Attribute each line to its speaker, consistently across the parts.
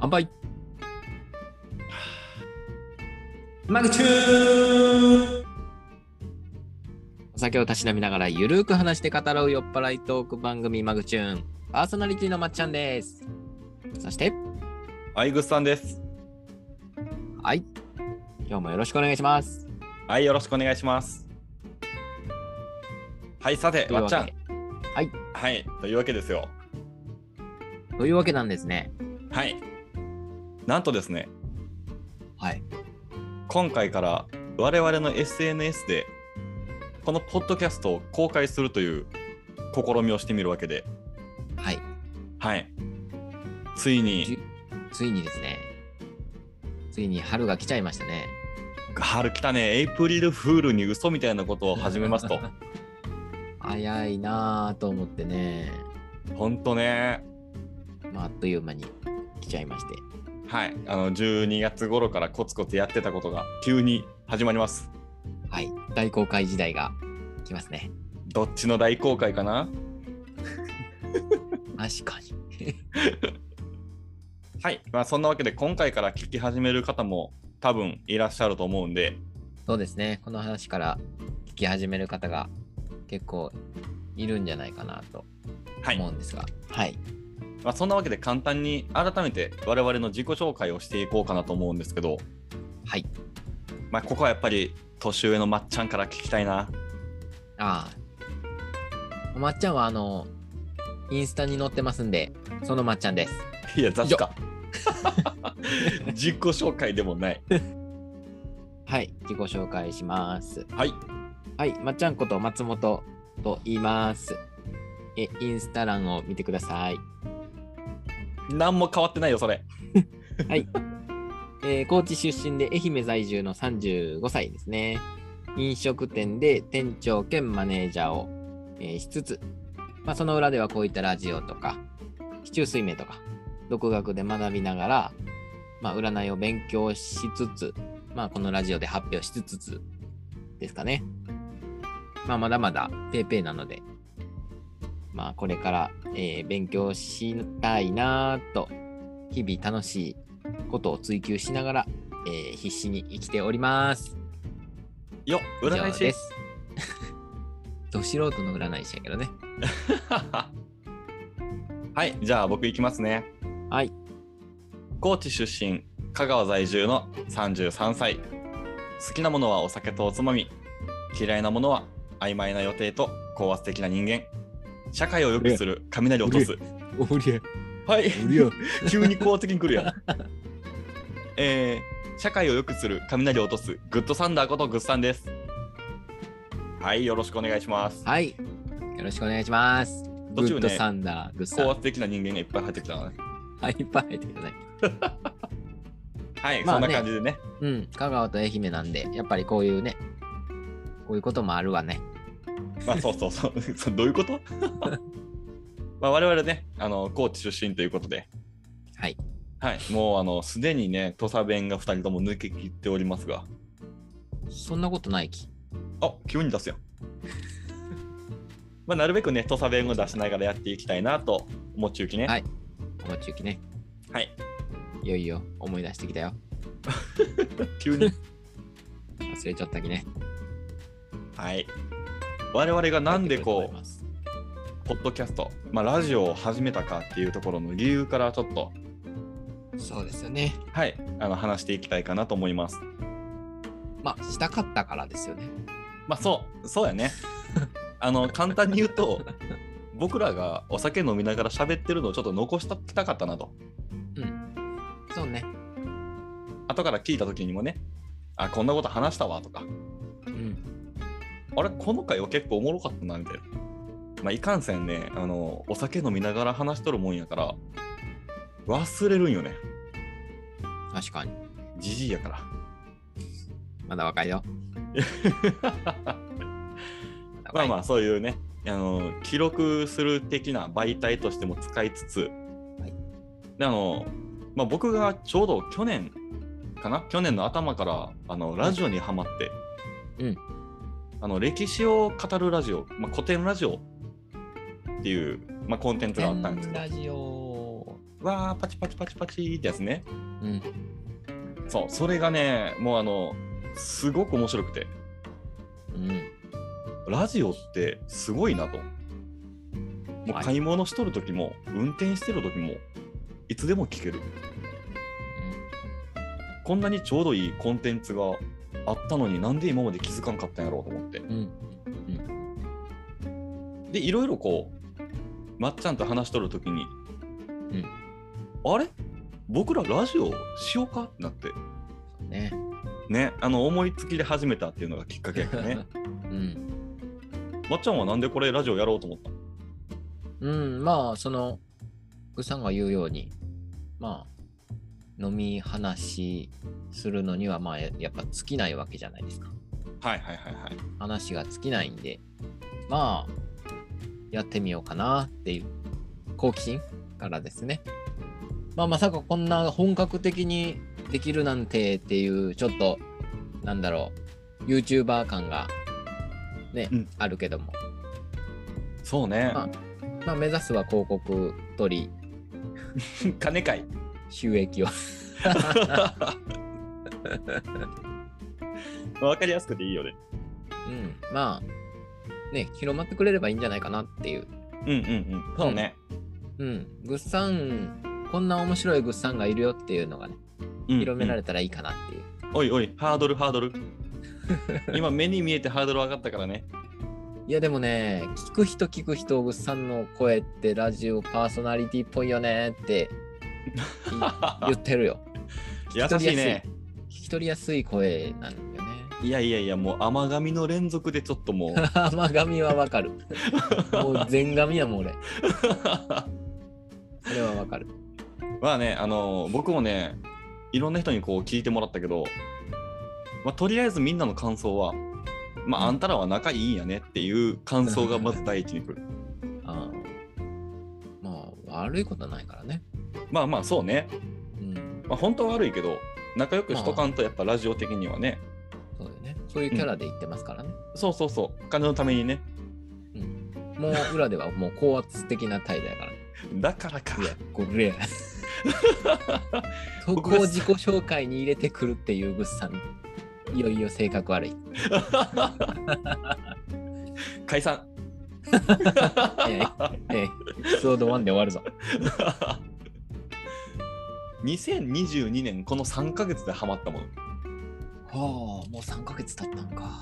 Speaker 1: 乾杯
Speaker 2: マグチューン
Speaker 1: お酒をたしなみながらゆるーく話して語らう酔っ払いトーク番組マグチューンパーソナリティのまっちゃんですそして
Speaker 2: アイグスさんです。
Speaker 1: はい今日もよろしくお願いします
Speaker 2: はい、よろしくお願いします。はい、さて、
Speaker 1: という
Speaker 2: わっ
Speaker 1: わ
Speaker 2: ち
Speaker 1: け
Speaker 2: ゃん。
Speaker 1: はい。
Speaker 2: はい、というわけですよ。
Speaker 1: というわけなんですね
Speaker 2: はい。なんとですね、
Speaker 1: はい
Speaker 2: 今回から我々の SNS で、このポッドキャストを公開するという試みをしてみるわけで、
Speaker 1: はい
Speaker 2: はい。ついに
Speaker 1: じついにですねついに春が来ちゃいましたね
Speaker 2: 春来たね、エイプリルフールに嘘みたいなことを始め ますと。
Speaker 1: 早いなぁと思ってね
Speaker 2: ほんとね、
Speaker 1: まああっという間に来ちゃいまして
Speaker 2: はい、あの12月頃からコツコツやってたことが急に始まります。
Speaker 1: はい大公開時代が来ますね
Speaker 2: どっちの大公開かな
Speaker 1: 確かに
Speaker 2: はい、まあ、そんなわけで今回から聞き始める方も多分いらっしゃると思うんで、
Speaker 1: そうですね。この話から聞き始める方が結構いるんじゃないかなと
Speaker 2: はい
Speaker 1: 思うんですが。はい。
Speaker 2: まあ、そんなわけで簡単に改めて我々の自己紹介をしていこうかなと思うんですけど、
Speaker 1: はい。
Speaker 2: まあ、ここはやっぱり年上のまっちゃんから聞きたいな。
Speaker 1: ああ。まっちゃんはあの、インスタに載ってますんで、そのまっちゃんです。
Speaker 2: いや、雑 か。自己紹介でもない。
Speaker 1: はい。自己紹介します。
Speaker 2: はい、
Speaker 1: はい。まっちゃんこと松本と言います。え、インスタ欄を見てください。
Speaker 2: 何も変わってないよ、それ。
Speaker 1: えー高知出身で愛媛在住の35歳ですね。飲食店で店長兼マネージャーを、えーしつつ、まあ、その裏ではこういったラジオとか、市中水明とか、独学で学びながら、まあ、占いを勉強しつつ、まあ、このラジオで発表しつつですかね。まあ、まだまだペーペーなので、まあ、これから、えー勉強したいなぁと、日々楽しいことを追求しながら、えー必死に生きております。
Speaker 2: よ、占い
Speaker 1: 以上で
Speaker 2: 師。
Speaker 1: す。 ど素人の占い師やけどね。
Speaker 2: はい、じゃあ僕行きますね。
Speaker 1: はい。
Speaker 2: 高知出身、香川在住の33歳。好きなものはお酒とおつまみ。嫌いなものは曖昧な予定と高圧的な人間。社会を良くする、雷を落とす。
Speaker 1: おりゃ、
Speaker 2: はい、
Speaker 1: りゃ。
Speaker 2: 急に高圧的に来るやん。 えー、社会を良くする、雷を落とす、グッドサンダーことグッサンです。はい、よろしくお願いします。
Speaker 1: はい。よろしくお願いします。グ
Speaker 2: 途中ね
Speaker 1: ッドサンダー、グッサン
Speaker 2: 高。 圧的な人間がいっぱい入ってきたのね。
Speaker 1: はい、いっぱい入ってください。
Speaker 2: はい、
Speaker 1: まあね
Speaker 2: そんな感じでね。
Speaker 1: うん、香川と愛媛なんで、やっぱりこういうね、こういうこともあるわね。
Speaker 2: まあそうそう そう。そうどういうこと まあ我々ね、あの高知出身ということで、
Speaker 1: はい。
Speaker 2: はい、もうあのすでにね、土佐弁が2人とも抜けきっておりますが、
Speaker 1: そんなことないき。
Speaker 2: あ急に出 すよ。まあなるべくね、土佐弁を出しながらやっていきたいなと思っちゅうきね。
Speaker 1: はいおもちゆきね。
Speaker 2: はい、
Speaker 1: いよいよ思い出してきたよ。
Speaker 2: 急 に。
Speaker 1: 忘れちゃったきね。
Speaker 2: はい。我々がなんで
Speaker 1: 入って
Speaker 2: こ、
Speaker 1: くると思いうます
Speaker 2: ポッドキャスト、まあラジオを始めたかっていうところの理由からちょっと、
Speaker 1: そうですよね。
Speaker 2: はい、あの話していきたいかなと思います。
Speaker 1: まあ、したかったからですよね。
Speaker 2: まあそうそうやねあの簡単に言う と僕らがお酒飲みながら喋ってるのをちょっと残したきたかったなと
Speaker 1: そうね。
Speaker 2: 後から聞いた時にもねあこんなこと話したわとか
Speaker 1: うん。
Speaker 2: あれこの回は結構おもろかったなみたいな、まあ、いかんせんねあのお酒飲みながら話しとるもんやから忘れるんよね
Speaker 1: 確かに。
Speaker 2: じじいやから
Speaker 1: まだ若いよ。
Speaker 2: まあまあそういうねあの記録する的な媒体としても使いつつ、
Speaker 1: はい
Speaker 2: であの、まあ、僕がちょうど去年かな去年の頭からあのラジオにはまって、
Speaker 1: うん
Speaker 2: あの歴史を語るラジオ、まあ、古典ラジオっていう、まあ、コンテンツがあったんですけど
Speaker 1: ラジオ。
Speaker 2: わー、パチパチパチパチってやつね。
Speaker 1: うん。
Speaker 2: そう、それがね、もうあの、すごく面白くて、
Speaker 1: うん。
Speaker 2: ラジオってすごいなと。も
Speaker 1: は
Speaker 2: う
Speaker 1: い
Speaker 2: 買い物しとる時も、運転してる時も、いつでも聞ける。こんなにちょうどいいコンテンツがあったのになんで今まで気づかんかったんやろうと思って。
Speaker 1: うん。うん。
Speaker 2: で、いろいろこう、まっちゃんと話しとる時に、あれ僕らラジオしようかってなって。
Speaker 1: そうね。
Speaker 2: ね、あの思いつきで始めたっていうのがきっかけやから ね。
Speaker 1: うん。
Speaker 2: まっちゃんはなんでこれラジオやろうと思ったの
Speaker 1: うん。まあ、その、福さんが言うように、まあ、飲み話するのには、まあ、ややっぱ尽きないわけじゃないですか。
Speaker 2: はいはいはいはい。
Speaker 1: 話が尽きないんで、まあ、やってみようかなっていう好奇心からですね。まあ、まさかこんな本格的にできるなんてっていう、ちょっと、なんだろう、YouTuber 感がね、
Speaker 2: うん
Speaker 1: あるけども、
Speaker 2: そうね。
Speaker 1: ままあ、目指すは広告取り、
Speaker 2: 金 かい。
Speaker 1: 収益を。
Speaker 2: わかりやすくていいよね。
Speaker 1: うん、まあ、ね、広まってくれればいいんじゃないかなっていう。
Speaker 2: うんうんうん。そうね。
Speaker 1: うん、グッサン、こんな面白いグッサンがいるよっていうのがね、
Speaker 2: うん
Speaker 1: 広めら
Speaker 2: う
Speaker 1: れ
Speaker 2: ん
Speaker 1: たらいいかなっていう。
Speaker 2: おいおい、ハードルハードル。今目に見えてハードル上がったからね。
Speaker 1: いやでもね、聞く人聞く人、ぐっさんの声ってラジオパーソナリティっぽいよねって言ってるよ。
Speaker 2: 優しいね。
Speaker 1: 聞き取りやすい声なんだよね。
Speaker 2: いやいやいや、もう甘噛みの連続でちょっともう。
Speaker 1: 甘噛みはわかる。もう全噛みやもん俺。それはわかる。
Speaker 2: まあね、あの僕もね、いろんな人にこう聞いてもらったけど、まあ、とりあえずみんなの感想は、まあ、あんたらは仲いいんやねっていう感想 がまず第一に来る。
Speaker 1: あーまあ悪いことはないからね。
Speaker 2: まあまあ、そうね。
Speaker 1: うん。
Speaker 2: まあ、本当は悪いけど、仲良くしとかんと、やっぱラジオ的にはね、
Speaker 1: そうだよね。そういうキャラで言ってますからね。
Speaker 2: そうそうそう、お金のためにね、
Speaker 1: もう裏ではもう高圧的な態度やから。
Speaker 2: だからか
Speaker 1: い。や、こ れや。そこを自己紹介に入れてくるっていうグッさん。いよいよ性格悪い。い
Speaker 2: 解散。
Speaker 1: えええエピソード1で終わるぞ。
Speaker 2: 2022年、この3ヶ月でハマったもの。
Speaker 1: はあ、もう3ヶ月経ったんか。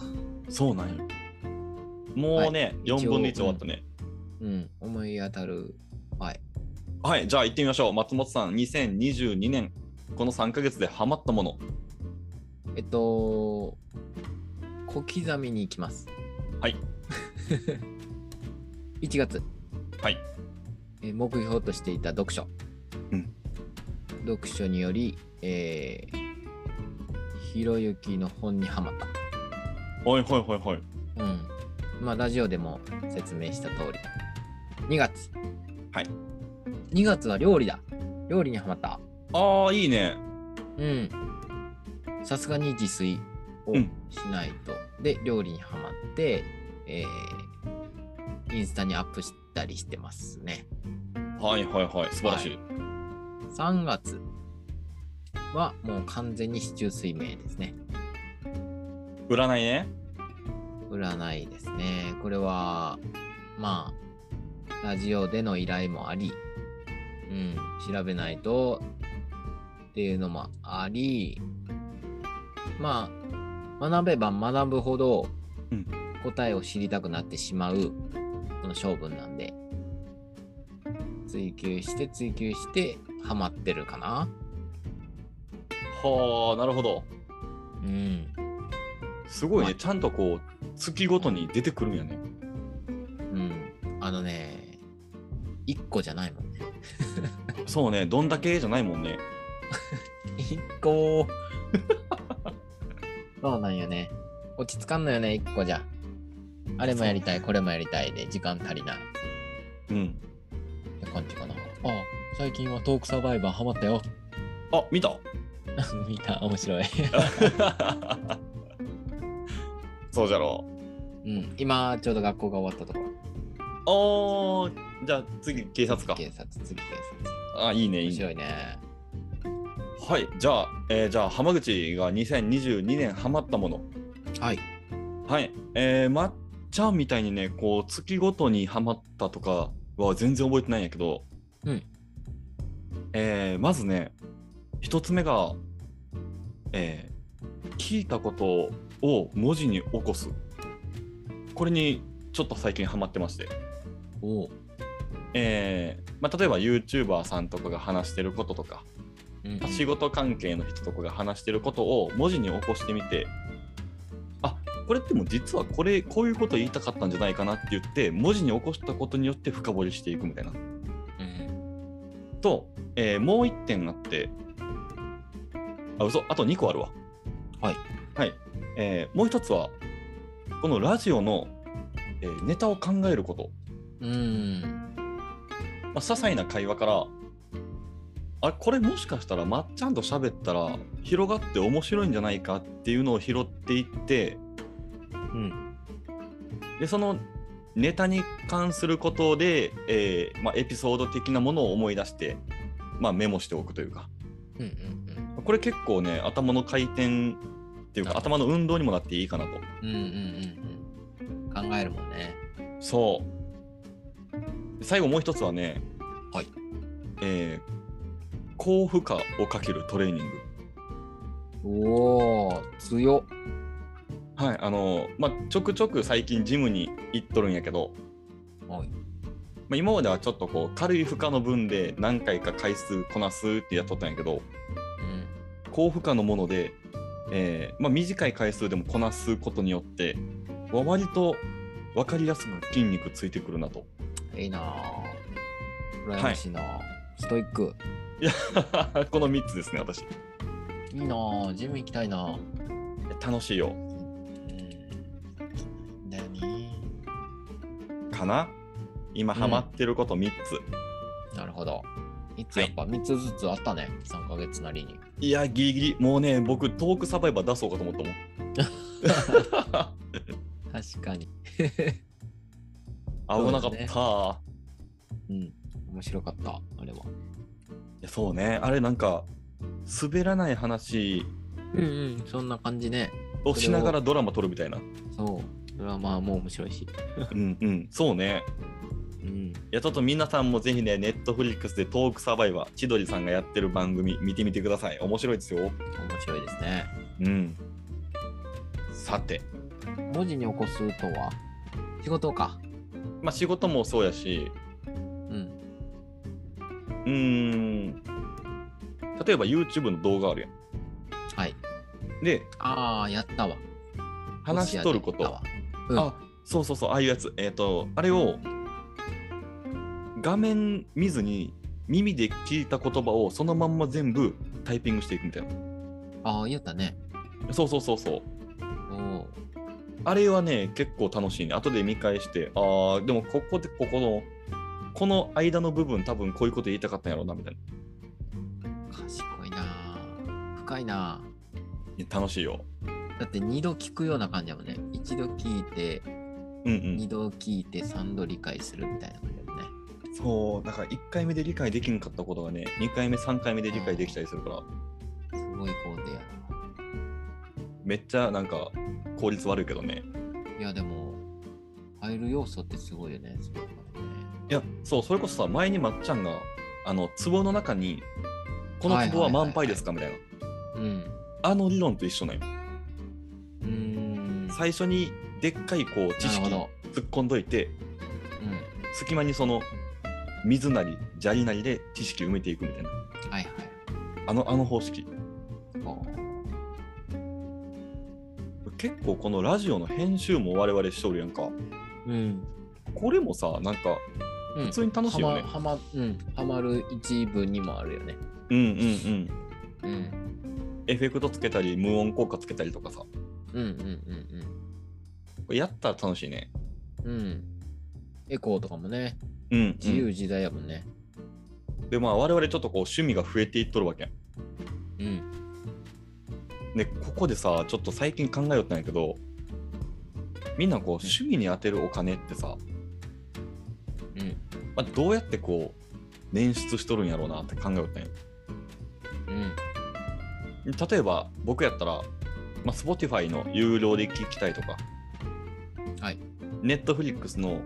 Speaker 2: そうなんよ。もうね、
Speaker 1: はい
Speaker 2: 4分の1終わったね。
Speaker 1: うん、思い当たる。はい。
Speaker 2: はい、じゃあ行ってみましょう。松本さん、2022年、この3ヶ月でハマったもの。
Speaker 1: えっと、小刻みに行きます。
Speaker 2: はい。
Speaker 1: 1月、
Speaker 2: はい。
Speaker 1: えー目標としていた読書。
Speaker 2: うん
Speaker 1: 読書により、えー、ひろゆきの本にはまった。
Speaker 2: はいはいはいはい。
Speaker 1: うん。まあ、ラジオでも説明した通り。2月。
Speaker 2: はい。
Speaker 1: 2月は料理だ。料理にはまった。
Speaker 2: ああ、いいね。
Speaker 1: うん。さすがに自炊を
Speaker 2: うん
Speaker 1: しないと。で、料理にはまって、えーインスタにアップしたりしてますね。
Speaker 2: はいはいはい。素晴らしい。
Speaker 1: 3月はもう完全に市中水明ですね。
Speaker 2: 占いね。
Speaker 1: 占いですね。これは、まあ、ラジオでの依頼もあり、うん、調べないとっていうのもあり、まあ、学べば学ぶほど
Speaker 2: うん
Speaker 1: 答えを知りたくなってしまう、その性分なんで、追求して追求してハマってるかな。
Speaker 2: はあ、なるほど。
Speaker 1: うん。
Speaker 2: すごい
Speaker 1: は
Speaker 2: ね。
Speaker 1: い
Speaker 2: ちゃんとこう、月ごとに出てくるんやね。
Speaker 1: うん。あのね、1個じゃないもんね。
Speaker 2: そうね。どんだけじゃないもんね。
Speaker 1: 一個そうなんよね落ち着かんのよね一個じゃあれもやりたいこれもやりたいで時間足りない
Speaker 2: うん。
Speaker 1: って感じかなあ最近はトークサバイバーハマったよ
Speaker 2: あ、見 た
Speaker 1: 見た面白い、
Speaker 2: そうじゃろう。
Speaker 1: うん、今ちょうど学校が終わったところ
Speaker 2: ああ、じゃあ次、警察か。
Speaker 1: 警察次警察
Speaker 2: あ、いいね、い
Speaker 1: 面
Speaker 2: いね。
Speaker 1: 白いね。
Speaker 2: はい、じゃあ、えーじゃあ浜口が2022年ハマったもの。
Speaker 1: はい。
Speaker 2: はい、えー、まっちゃんみたいにね、こう月ごとにハマったとかは全然覚えてないんやけど、
Speaker 1: うん。
Speaker 2: えー、まずね、一つ目が、えー、聞いたことを文字に起こす。これにちょっと最近ハマってまして。
Speaker 1: おう。
Speaker 2: えーまあ、例えば YouTuber さんとかが話してることとか、
Speaker 1: うん
Speaker 2: まあ仕事関係の人とかが話してることを文字に起こしてみてあこれっても実はこれこういうこと言いたかったんじゃないかなって言って文字に起こしたことによって深掘りしていくみたいな。
Speaker 1: うん
Speaker 2: と、えーもう1点あってあ嘘あと2個あるわ。
Speaker 1: はい、
Speaker 2: はいえーもう1つはこのラジオの、えーネタを考えること。
Speaker 1: うん。
Speaker 2: まあ、些細な会話からあこれもしかしたらまっちゃんと喋ったら広がって面白いんじゃないかっていうのを拾っていって
Speaker 1: うん。
Speaker 2: でそのネタに関することで、えーまあ、エピソード的なものを思い出して、まあ、メモしておくというか
Speaker 1: うん。うん。
Speaker 2: これ結構ね頭の回転っていうか頭の運動にもなっていいかなと
Speaker 1: うん。うん。うん。うん。考えるもんね。
Speaker 2: そうで最後もう一つはね
Speaker 1: はい
Speaker 2: えー高負荷をかけるトレーニング
Speaker 1: おお、強っ。
Speaker 2: はい、あのまあ、ちょくちょく最近ジムに行っとるんやけど、
Speaker 1: は
Speaker 2: ま
Speaker 1: い。
Speaker 2: あ、今まではちょっとこう軽い負荷の分で何回か回数こなすってやっとったんやけど
Speaker 1: うん。
Speaker 2: 高負荷のもので、えーまあ、短い回数でもこなすことによってわ割と分かりやすく筋肉ついてくるなと
Speaker 1: いいなぁ。羨ましいなぁ。ストイック。
Speaker 2: この3つですね私
Speaker 1: いいなぁ。ジム行きたいなぁ。
Speaker 2: 楽しいよ
Speaker 1: うん。だよね。
Speaker 2: かな今ハマってること3つ、
Speaker 1: なるほど。いつやっぱ3つずつあったね。3ヶ月なりに。
Speaker 2: いやギリギリもうね僕トークサバイバー出そうかと思ったもん
Speaker 1: 確かに。
Speaker 2: 危なか
Speaker 1: そ
Speaker 2: った、
Speaker 1: うですうん。面白かった。あれは。
Speaker 2: いやそうねあれなんか滑らない話
Speaker 1: うんうん。そんな感じね。
Speaker 2: をしながらドラマ撮るみたいな
Speaker 1: そう。ドラマも面白いし。
Speaker 2: うんうんそうね
Speaker 1: うん。
Speaker 2: いやちょっと皆さんもぜひねネットフリックスでトークサバイバー千鳥さんがやってる番組見てみてください面白いですよ
Speaker 1: 面白いですね。
Speaker 2: うんさて
Speaker 1: 文字に起こすとは仕事か。
Speaker 2: まあ仕事もそうやし
Speaker 1: うん。
Speaker 2: うーん例えば YouTube の動画あるや
Speaker 1: はい。
Speaker 2: んで
Speaker 1: ああ、やったわ。
Speaker 2: 話しとること
Speaker 1: やったわうん
Speaker 2: あそうそうそうああいうやつえっ、とあれを画面見ずに耳で聞いた言葉をそのまんま全部タイピングしていくみたいな
Speaker 1: ああ、言ったね。
Speaker 2: そうそうそうそう
Speaker 1: おお。
Speaker 2: あれはね結構楽しいね後で見返してあーでもここでここのこの間の部分多分こういうこと言いたかったんやろうなみたいな
Speaker 1: 賢いなあ深いなあ
Speaker 2: いや楽しいよ
Speaker 1: だって2度聞くような感じだもんね。一度聞いて、
Speaker 2: うんう
Speaker 1: 二
Speaker 2: ん
Speaker 1: 度聞いて、三度理解するみたいな感じだもんね。
Speaker 2: そうだから1回目で理解できんかったことがね2回目3回目で理解できたりするから
Speaker 1: すごい工程やな。
Speaker 2: めっちゃなんか効率悪いけどね
Speaker 1: いや、でも、入る要素ってすごいよね。その中でね
Speaker 2: いやそうそれこそさ前にまっちゃんがあの壺の中にこの
Speaker 1: はいはい
Speaker 2: 壺
Speaker 1: は
Speaker 2: はい
Speaker 1: はい
Speaker 2: 満杯ですかみたいな
Speaker 1: うん。
Speaker 2: あの理論と一緒なんよ
Speaker 1: うーん。
Speaker 2: 最初にでっかいこう知識
Speaker 1: なる
Speaker 2: 突
Speaker 1: ほ
Speaker 2: っ込んどいて
Speaker 1: うん。
Speaker 2: 隙間にその水なり砂利なりで知識埋めていくみたいな
Speaker 1: はいはい。
Speaker 2: あのあの方式
Speaker 1: おー
Speaker 2: 結構このラジオの編集も我々しとるやんか
Speaker 1: うん。
Speaker 2: これもさなんか
Speaker 1: うん
Speaker 2: 普通に楽しいよね
Speaker 1: はま、はま、うん。はまる一部にもあるよね。
Speaker 2: うんうんうん
Speaker 1: うん。
Speaker 2: エフェクトつけたり無音効果つけたりとかさ
Speaker 1: うんうんうん
Speaker 2: これやったら楽しいね
Speaker 1: うん。うん。エコーとかもね、
Speaker 2: うん、うん、
Speaker 1: 自由自在やもんね。
Speaker 2: でまあ我々ちょっとこう趣味が増えていっとるわけやん
Speaker 1: うん。
Speaker 2: でここでさちょっと最近考えよったんやけどみんなこう趣味に当てるお金ってさ、
Speaker 1: うん。
Speaker 2: まあ、どうやってこう捻出しとるんやろうなって考えたんよ
Speaker 1: うん。
Speaker 2: 例えば僕やったら、まあ、Spotify の有料で聞きたいとか、
Speaker 1: はい、
Speaker 2: Netflix の、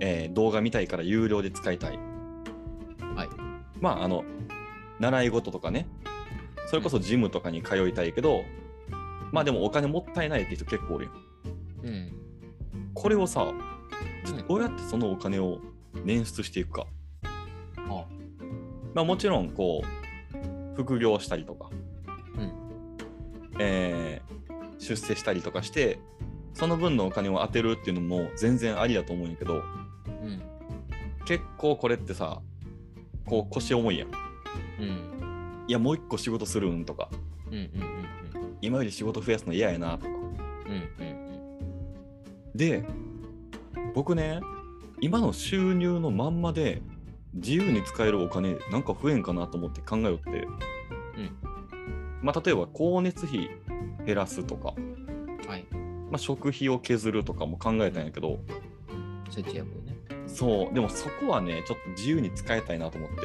Speaker 2: えー動画見たいから有料で使いたい、
Speaker 1: はい、
Speaker 2: まああの習い事とかねそれこそジムとかに通いたいけど、まあでもお金もったいないって人結構おるよ
Speaker 1: うん。
Speaker 2: これをさじゃ
Speaker 1: うん
Speaker 2: どうやってそのお金を捻出していくか、
Speaker 1: あ
Speaker 2: まあ、もちろんこう副業したりとか、
Speaker 1: うん
Speaker 2: えー出世したりとかしてその分のお金を当てるっていうのも全然ありだと思うんやけど
Speaker 1: うん。
Speaker 2: 結構これってさこう腰重いやん
Speaker 1: うん。
Speaker 2: いやもう一個仕事するんとか
Speaker 1: うん。うん。うん。
Speaker 2: 今より仕事増やすの嫌やなとか
Speaker 1: うん。うん。
Speaker 2: で僕ね今の収入のまんまで自由に使えるお金なんか増えんかなと思って考えよって、
Speaker 1: うん
Speaker 2: まあ、例えば光熱費減らすとか、
Speaker 1: うん。はい。
Speaker 2: まあ、食費を削るとかも考えたんやけど
Speaker 1: 節約ね。
Speaker 2: そうでもそこはねちょっと自由に使いたいなと思って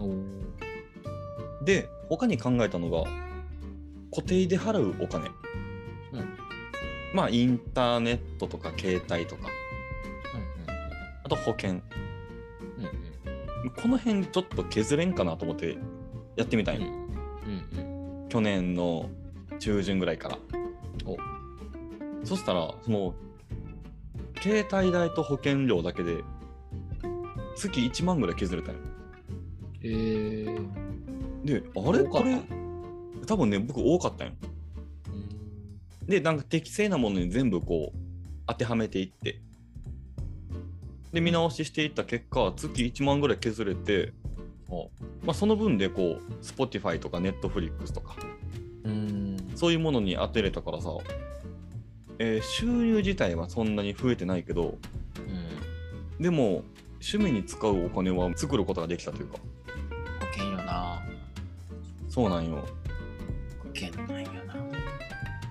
Speaker 1: おー
Speaker 2: で他に考えたのが固定で払うお金、
Speaker 1: うん
Speaker 2: まあインターネットとか携帯とか
Speaker 1: う
Speaker 2: あと保険
Speaker 1: ん。うん。うん。
Speaker 2: この辺ちょっと削れんかなと思ってやってみた
Speaker 1: うん
Speaker 2: よ、
Speaker 1: うん。うん。
Speaker 2: 去年の中旬ぐらいから
Speaker 1: お
Speaker 2: そしたらその携帯代と保険料だけで月1万ぐらい削れたよ
Speaker 1: えー。うん
Speaker 2: であれ
Speaker 1: 多か
Speaker 2: こ
Speaker 1: った
Speaker 2: れ多分ね僕多かったよでなんか適正なものに全部こう当てはめていってで見直ししていった結果月1万ぐらい削れて、まあ、その分でこう Spotify とか Netflix とか
Speaker 1: うん。
Speaker 2: そういうものに当てれたからさ、えー収入自体はそんなに増えてないけど、
Speaker 1: うん。
Speaker 2: でも、趣味に使うお金は作ることができたというか、
Speaker 1: 保険よな。
Speaker 2: そうなんよ。
Speaker 1: 保険なんよな。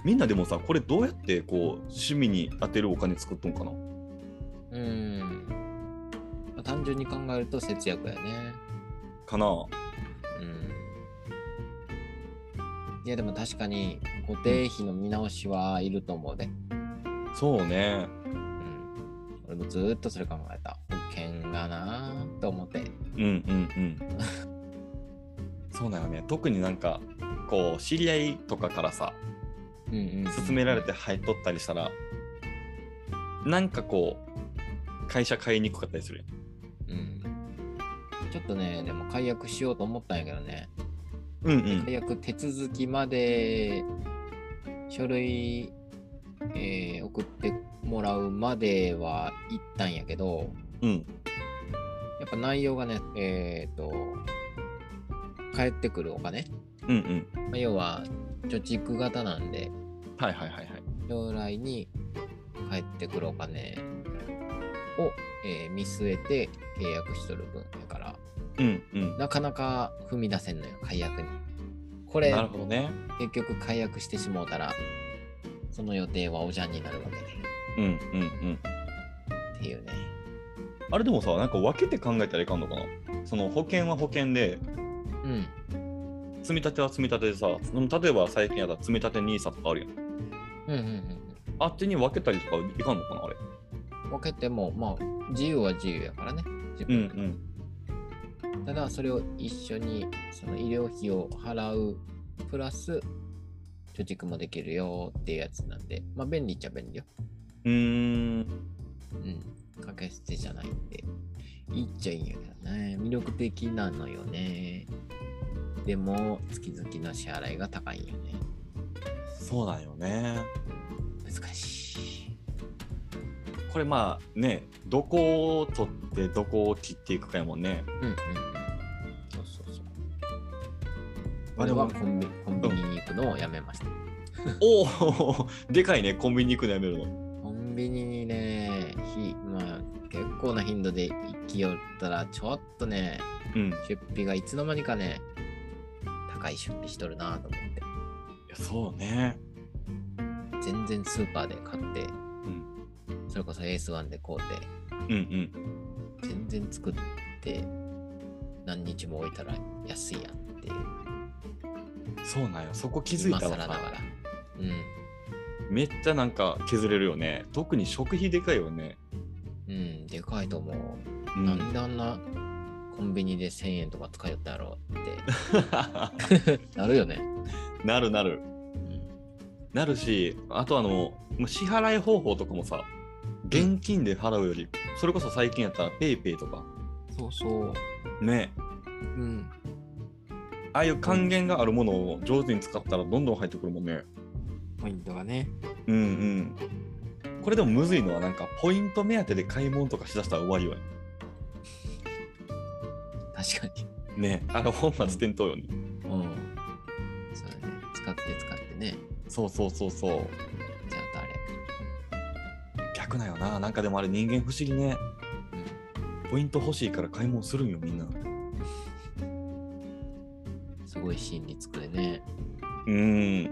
Speaker 2: みんなでもさ、これどうやってこう趣味に当てるお金作っとんかな
Speaker 1: うん。まあ、単純に考えると節約やね。
Speaker 2: かな
Speaker 1: うん。いや、でも確かに固定費の見直しはいると思うで。
Speaker 2: そうね。
Speaker 1: うん。俺もずーっとそれ考えた。保険がなーと思って。
Speaker 2: うんうんうん。 そうなんよね。特になんか、こう、知り合いとかからさ、
Speaker 1: うんうんうん
Speaker 2: 勧められて。入っとったりしたら、なんかこう、会社買いにくかったりするやん
Speaker 1: うん。ちょっとね、でも解約しようと思ったんやけどね。
Speaker 2: うんうん
Speaker 1: 解約手続きまで書類、えー送ってもらうまでは行ったんやけど
Speaker 2: うん。
Speaker 1: やっぱ内容がねえっ、と返ってくるお金、
Speaker 2: うんうん。
Speaker 1: まあ要は貯蓄型なんで
Speaker 2: はいはいはいはい。
Speaker 1: 将来に返ってくるお金を、えー見据えて契約しとる分やから
Speaker 2: うんうん。
Speaker 1: なかなか踏み出せんのよ解約にこれ
Speaker 2: なるほどね。
Speaker 1: 結局解約してしもうたらその予定はおじゃんになるわけで
Speaker 2: うんうんうん。
Speaker 1: っていうね
Speaker 2: あれでもさ、なんか分けて考えたらいかんのかなその保険は保険で、
Speaker 1: うん
Speaker 2: 積み立ては積み立てでさ、その例えば最近やったら積み立て NISA とかあるやん。
Speaker 1: うんうん
Speaker 2: あっちに分けたりとかいかんのかなあれ。
Speaker 1: うん分けてもまあ自由は自由やからね自
Speaker 2: うんう
Speaker 1: 分
Speaker 2: ん。
Speaker 1: で、ただそれを一緒にその医療費を払うプラス貯蓄もできるよっていうやつなんでまあ便利っちゃ便利よ
Speaker 2: うーん。
Speaker 1: うん掛け捨てじゃないんでいいっちゃいいんやけどね魅力的なのよねでも月々の支払いが高いよね
Speaker 2: そうなんよね。
Speaker 1: 難しい
Speaker 2: これまあね、どこを取ってどこを切っていくかやもんね。
Speaker 1: うんうんうん。そうそうそう。
Speaker 2: あ
Speaker 1: 俺
Speaker 2: でも
Speaker 1: はコンビコンビニに行くのをやめました。
Speaker 2: おお でかいね、コンビニ行くのやめるの。
Speaker 1: コンビニにね、ひまあ、結構な頻度で行きよったら、ちょっとね、
Speaker 2: うん。い
Speaker 1: 出費がいつの間にかね、高い出費しとるなと思って。
Speaker 2: やそうね。
Speaker 1: 全然スーパーで買って、
Speaker 2: ん
Speaker 1: それこそエースワンで買うて、
Speaker 2: うんうん。
Speaker 1: 全然作って、何日も置いたら安いやんっていう
Speaker 2: そうなんよそこ気づいた
Speaker 1: 今
Speaker 2: ら
Speaker 1: 更なが
Speaker 2: さ
Speaker 1: らうん
Speaker 2: めっちゃなんか削れるよね特に食費でかいよね
Speaker 1: うんでかいと思う
Speaker 2: う
Speaker 1: なん
Speaker 2: ん
Speaker 1: であんなコンビニで1000円とか使いよったやろうってなるよね。
Speaker 2: なるなる
Speaker 1: うん
Speaker 2: なるしあとあのもう支払い方法とかもさ現金で払うよりそれこそ最近やったら PayPay ペイペイとか
Speaker 1: そうそう。
Speaker 2: ね
Speaker 1: うん。
Speaker 2: ああいう還元があるものを上手に使ったらどんどん入ってくるもんね
Speaker 1: ポイントがね。
Speaker 2: うんうんこれでもむずいのはなんかポイント目当てで買い物とかしだしたら終わりよね
Speaker 1: 確か
Speaker 2: ねあの本末転倒よね
Speaker 1: に。うん。そうだね。使って使ってね。
Speaker 2: そうそうそうそう
Speaker 1: じゃあ
Speaker 2: 逆なんよななんかでもあれ人間不思議ねポイント欲しいから買い物するんよみんな
Speaker 1: 誰すごい心理作れね。
Speaker 2: うん
Speaker 1: で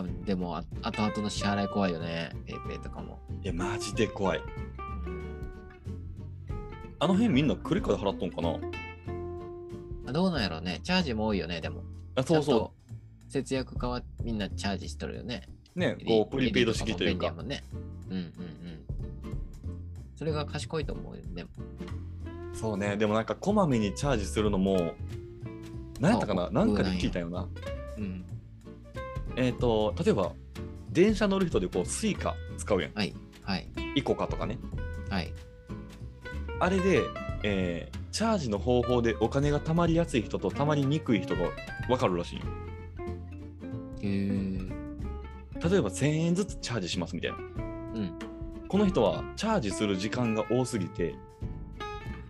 Speaker 1: もでもあ後々の支払い怖いよね。ペイペイとかも。
Speaker 2: いやマジで怖い
Speaker 1: うん
Speaker 2: あの辺みんなクリカで払っとんかな
Speaker 1: あどうなんやろうね。チャージも多いよね、でも。
Speaker 2: あそう
Speaker 1: ちゃんと
Speaker 2: そ
Speaker 1: 節約家はみんなチャージしとるよね。
Speaker 2: うねこうプリペイド式というか
Speaker 1: 便利やもんね。うんうんうん。それが賢いと思うよ。でも、
Speaker 2: そうねでもなんかこまめにチャージするのも何やったかな
Speaker 1: そう
Speaker 2: なんかで聞いたよな
Speaker 1: うん。
Speaker 2: えっ、と例えば電車乗る人でこうスイカ使うやん
Speaker 1: はい。はい。
Speaker 2: イコカとかね
Speaker 1: はい。
Speaker 2: あれで、えーチャージの方法でお金が貯まりやすい人と貯まりにくい人が分かるらしいよ
Speaker 1: へー
Speaker 2: 例えば1000円ずつチャージしますみたいな
Speaker 1: うん。
Speaker 2: この人はチャージする時間が多すぎて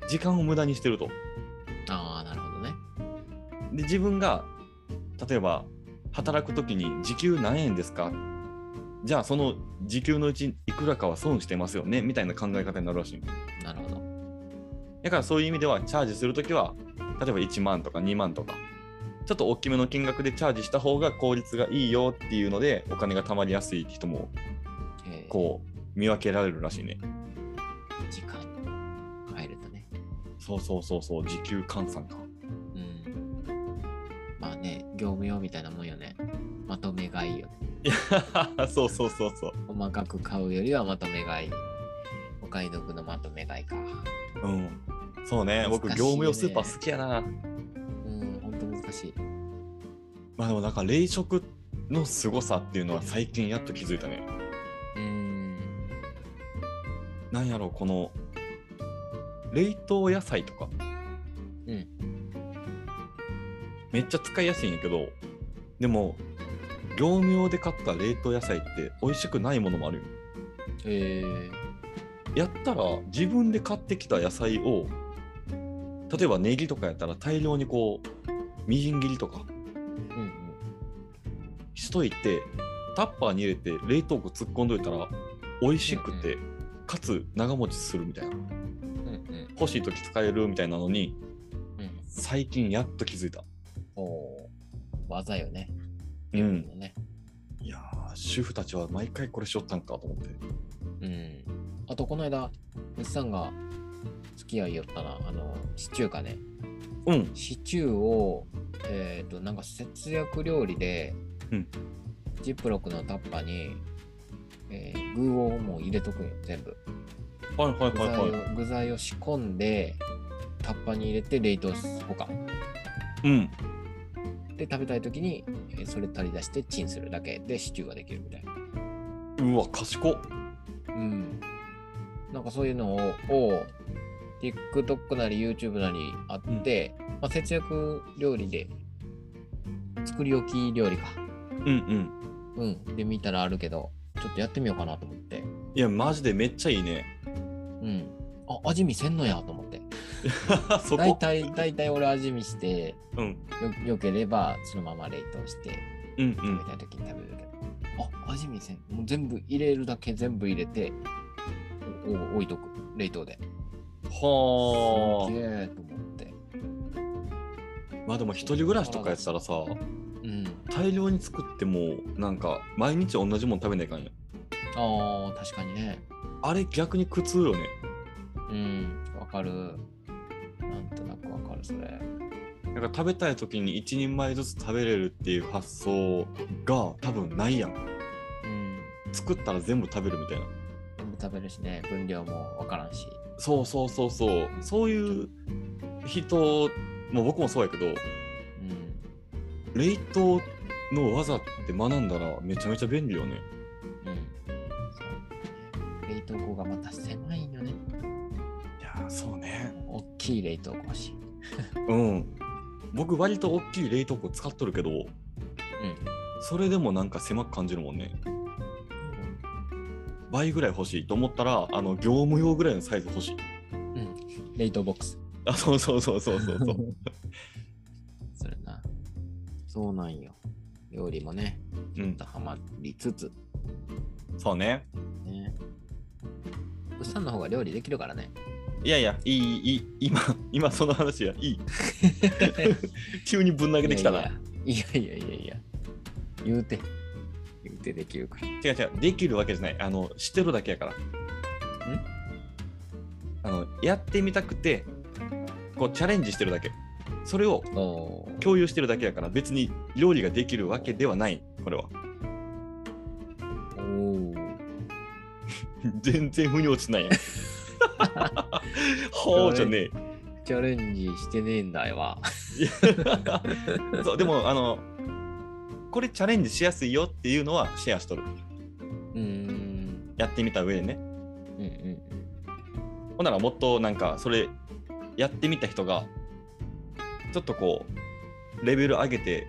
Speaker 2: 時間を無駄にしてると
Speaker 1: ああ、なるほどね。
Speaker 2: で自分が例えば働く時に時給何円ですかじゃあその時給のうちいくらかは損してますよねみたいな考え方になるらしい
Speaker 1: なるほど。
Speaker 2: だからそういう意味ではチャージするときは例えば1万とか2万とかちょっと大きめの金額でチャージした方が効率がいいよっていうのでお金が貯まりやすい人も
Speaker 1: へー
Speaker 2: こう見分けられるらしいね
Speaker 1: 時間入るとね。
Speaker 2: そうそうそうそう時給換算か
Speaker 1: うん。まあね、業務用みたいなもんよね。まとめ買いよね。
Speaker 2: い やそうそうそうそう
Speaker 1: 細かく買うよりはまとめ買い。お買い得のまとめ買いか。
Speaker 2: うんそうね僕
Speaker 1: 難しいね
Speaker 2: 業務用スーパー好きやな
Speaker 1: うん、ほんと難しい。
Speaker 2: まあでもなんか冷食の凄さっていうのは最近やっと気づいたね
Speaker 1: うん。
Speaker 2: なんやろうこの冷凍野菜とか
Speaker 1: うん
Speaker 2: めっちゃ使いやすいんやけどでも業務用で買った冷凍野菜って美味しくないものもあるよ
Speaker 1: へえ。
Speaker 2: やったら自分で買ってきた野菜を例えばネギとかやったら大量にこうみじん切りとか
Speaker 1: うんうん。
Speaker 2: しといてタッパーに入れて冷凍庫突っ込んどいたら美味しくて、かつ長持ちするみたいな
Speaker 1: うんうん。
Speaker 2: 欲しい時使えるみたいなのに
Speaker 1: うん。
Speaker 2: 最近やっと気づいた
Speaker 1: おー技よね。
Speaker 2: うん
Speaker 1: ゲームのね。
Speaker 2: いやー主婦たちは毎回これしよったんかと思って
Speaker 1: うん。あと、この間、物産が付き合いよったな、あの、シチューかね。
Speaker 2: うん
Speaker 1: シチューを、えっ、と、なんか節約料理で、
Speaker 2: うん
Speaker 1: ジップロックのタッパーに、えー具をもう入れとくんよ、全部。
Speaker 2: はいはい
Speaker 1: 具材
Speaker 2: はい
Speaker 1: を,、
Speaker 2: は
Speaker 1: 具材を仕込んで、タッパーに入れて冷凍すほか。
Speaker 2: いうん
Speaker 1: で、食べたい時に、えーそれ取り出してチンするだけでシチューができるみたいな。
Speaker 2: うわ賢っ
Speaker 1: うん。なんかそういうのを、を TikTok なり YouTube なりあって、まあ、節約料理で、作り置き料理か。
Speaker 2: うんうん
Speaker 1: うん。で見たらあるけど、ちょっとやってみようかなと思って。
Speaker 2: いやマジでめっちゃいいね
Speaker 1: うん。あ、味見せんのやと思って。
Speaker 2: そ
Speaker 1: 大
Speaker 2: こ
Speaker 1: 体、大体俺味見して、
Speaker 2: うん
Speaker 1: よよければそのまま冷凍して、
Speaker 2: うんう
Speaker 1: 食べ
Speaker 2: ん
Speaker 1: たい時に食べるけど。あ、味見せん。もう全部入れるだけ全部入れて、おお置いとく。冷凍で。
Speaker 2: は
Speaker 1: すげえと思って。
Speaker 2: あまあでも一人暮らしとかやったらさ
Speaker 1: うん。
Speaker 2: 大量に作ってもなんか毎日同じもん食べないかんや
Speaker 1: ああ、確かにね。
Speaker 2: あれ逆に苦痛よね
Speaker 1: うん、わかる。なんとなくわか
Speaker 2: ですね。なんか食べたい時に一人前ずつ食べれるっていう発想が多分ないやん。
Speaker 1: うん。
Speaker 2: 作ったら全部食べるみたいな。
Speaker 1: 全部食べるしね、分量もわからんし。
Speaker 2: そうそうそうそう。そういう人、もう僕もそうやけど、
Speaker 1: うん。
Speaker 2: 冷凍の技って学んだらめちゃめちゃ便利よね。
Speaker 1: うん。そう。冷凍庫がまた狭いよ
Speaker 2: い
Speaker 1: ね。
Speaker 2: やーそうね。
Speaker 1: 大きい冷凍庫欲しい。
Speaker 2: うん。僕割と大きい冷凍庫使っとるけど、それでもなんか狭く感じるもんね。倍ぐらい欲しいと思ったら、あの業務用ぐらいのサイズ欲しい。
Speaker 1: うん。冷凍ボックス。
Speaker 2: あ、そうそうそうそうそうそう。
Speaker 1: それな。そうなんよ。料理もね、
Speaker 2: う
Speaker 1: ちょっ
Speaker 2: ん
Speaker 1: と、ハマりつつ、
Speaker 2: そうね。
Speaker 1: ね。おっさんの方が料理できる からね。
Speaker 2: いやいや、いい、いい、今、今その話や、いい。急にぶん投げてきたな。
Speaker 1: いやいやいやいやいや。言うて。言うてできるから。
Speaker 2: 違う違う、できるわけじゃない。あの、してるだけやから。んあの、やってみたくて、こう、チャレンジしてるだけ。それを
Speaker 1: おー
Speaker 2: 共有してるだけやから、別に料理ができるわけではない、これは。
Speaker 1: おー。
Speaker 2: 全然腑に落ちないやん。ほうじゃねえ。
Speaker 1: チャレンジしてねえんだよわ。
Speaker 2: いやそうでもあのこれチャレンジしやすいよっていうのはシェアしとる
Speaker 1: うーん。
Speaker 2: やってみた上でね
Speaker 1: うんうん。
Speaker 2: ほんならもっとなんかそれやってみた人がちょっとこうレベル上げて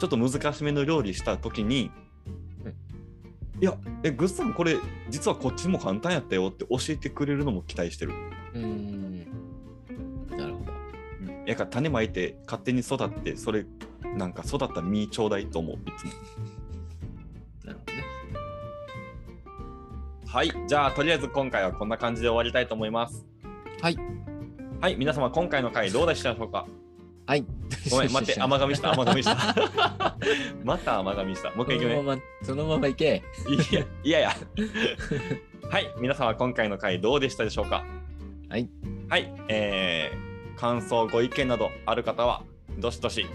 Speaker 2: ちょっと難しめの料理した時に「
Speaker 1: うん
Speaker 2: いやえグッズさんこれ実はこっちも簡単やったよ」って教えてくれるのも期待してる、
Speaker 1: うーん。なるほど。
Speaker 2: やから種まいて勝手に育ってそれなんか育った実ちょうだいと思ういつも
Speaker 1: なるほどね。
Speaker 2: はいじゃあとりあえず今回はこんな感じで終わりたいと思います
Speaker 1: はい。
Speaker 2: はい、皆様、今回の回どうでしたでしょうか
Speaker 1: はい。
Speaker 2: ごめん、待 って、甘噛みした、甘噛みした。また甘噛みした。もう一回いく
Speaker 1: その
Speaker 2: ね。
Speaker 1: まま、そのまま行け。
Speaker 2: いや、いやいや。 はい、皆様、今回の回どうでしたでしょうか
Speaker 1: はい。
Speaker 2: はい、えー、感想、ご意見などある方は、どしどし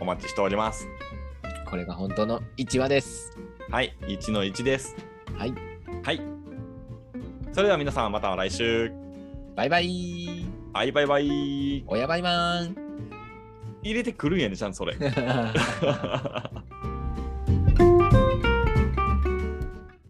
Speaker 2: お待ちしております。
Speaker 1: これが本当の一話です。
Speaker 2: はい、1の1です。
Speaker 1: はい。
Speaker 2: はい。それでは皆様、また来週。
Speaker 1: バイバイ。
Speaker 2: はい、バイバイ。入
Speaker 1: おやばいまーん。
Speaker 2: れてくるんやね、ちゃんとそれ。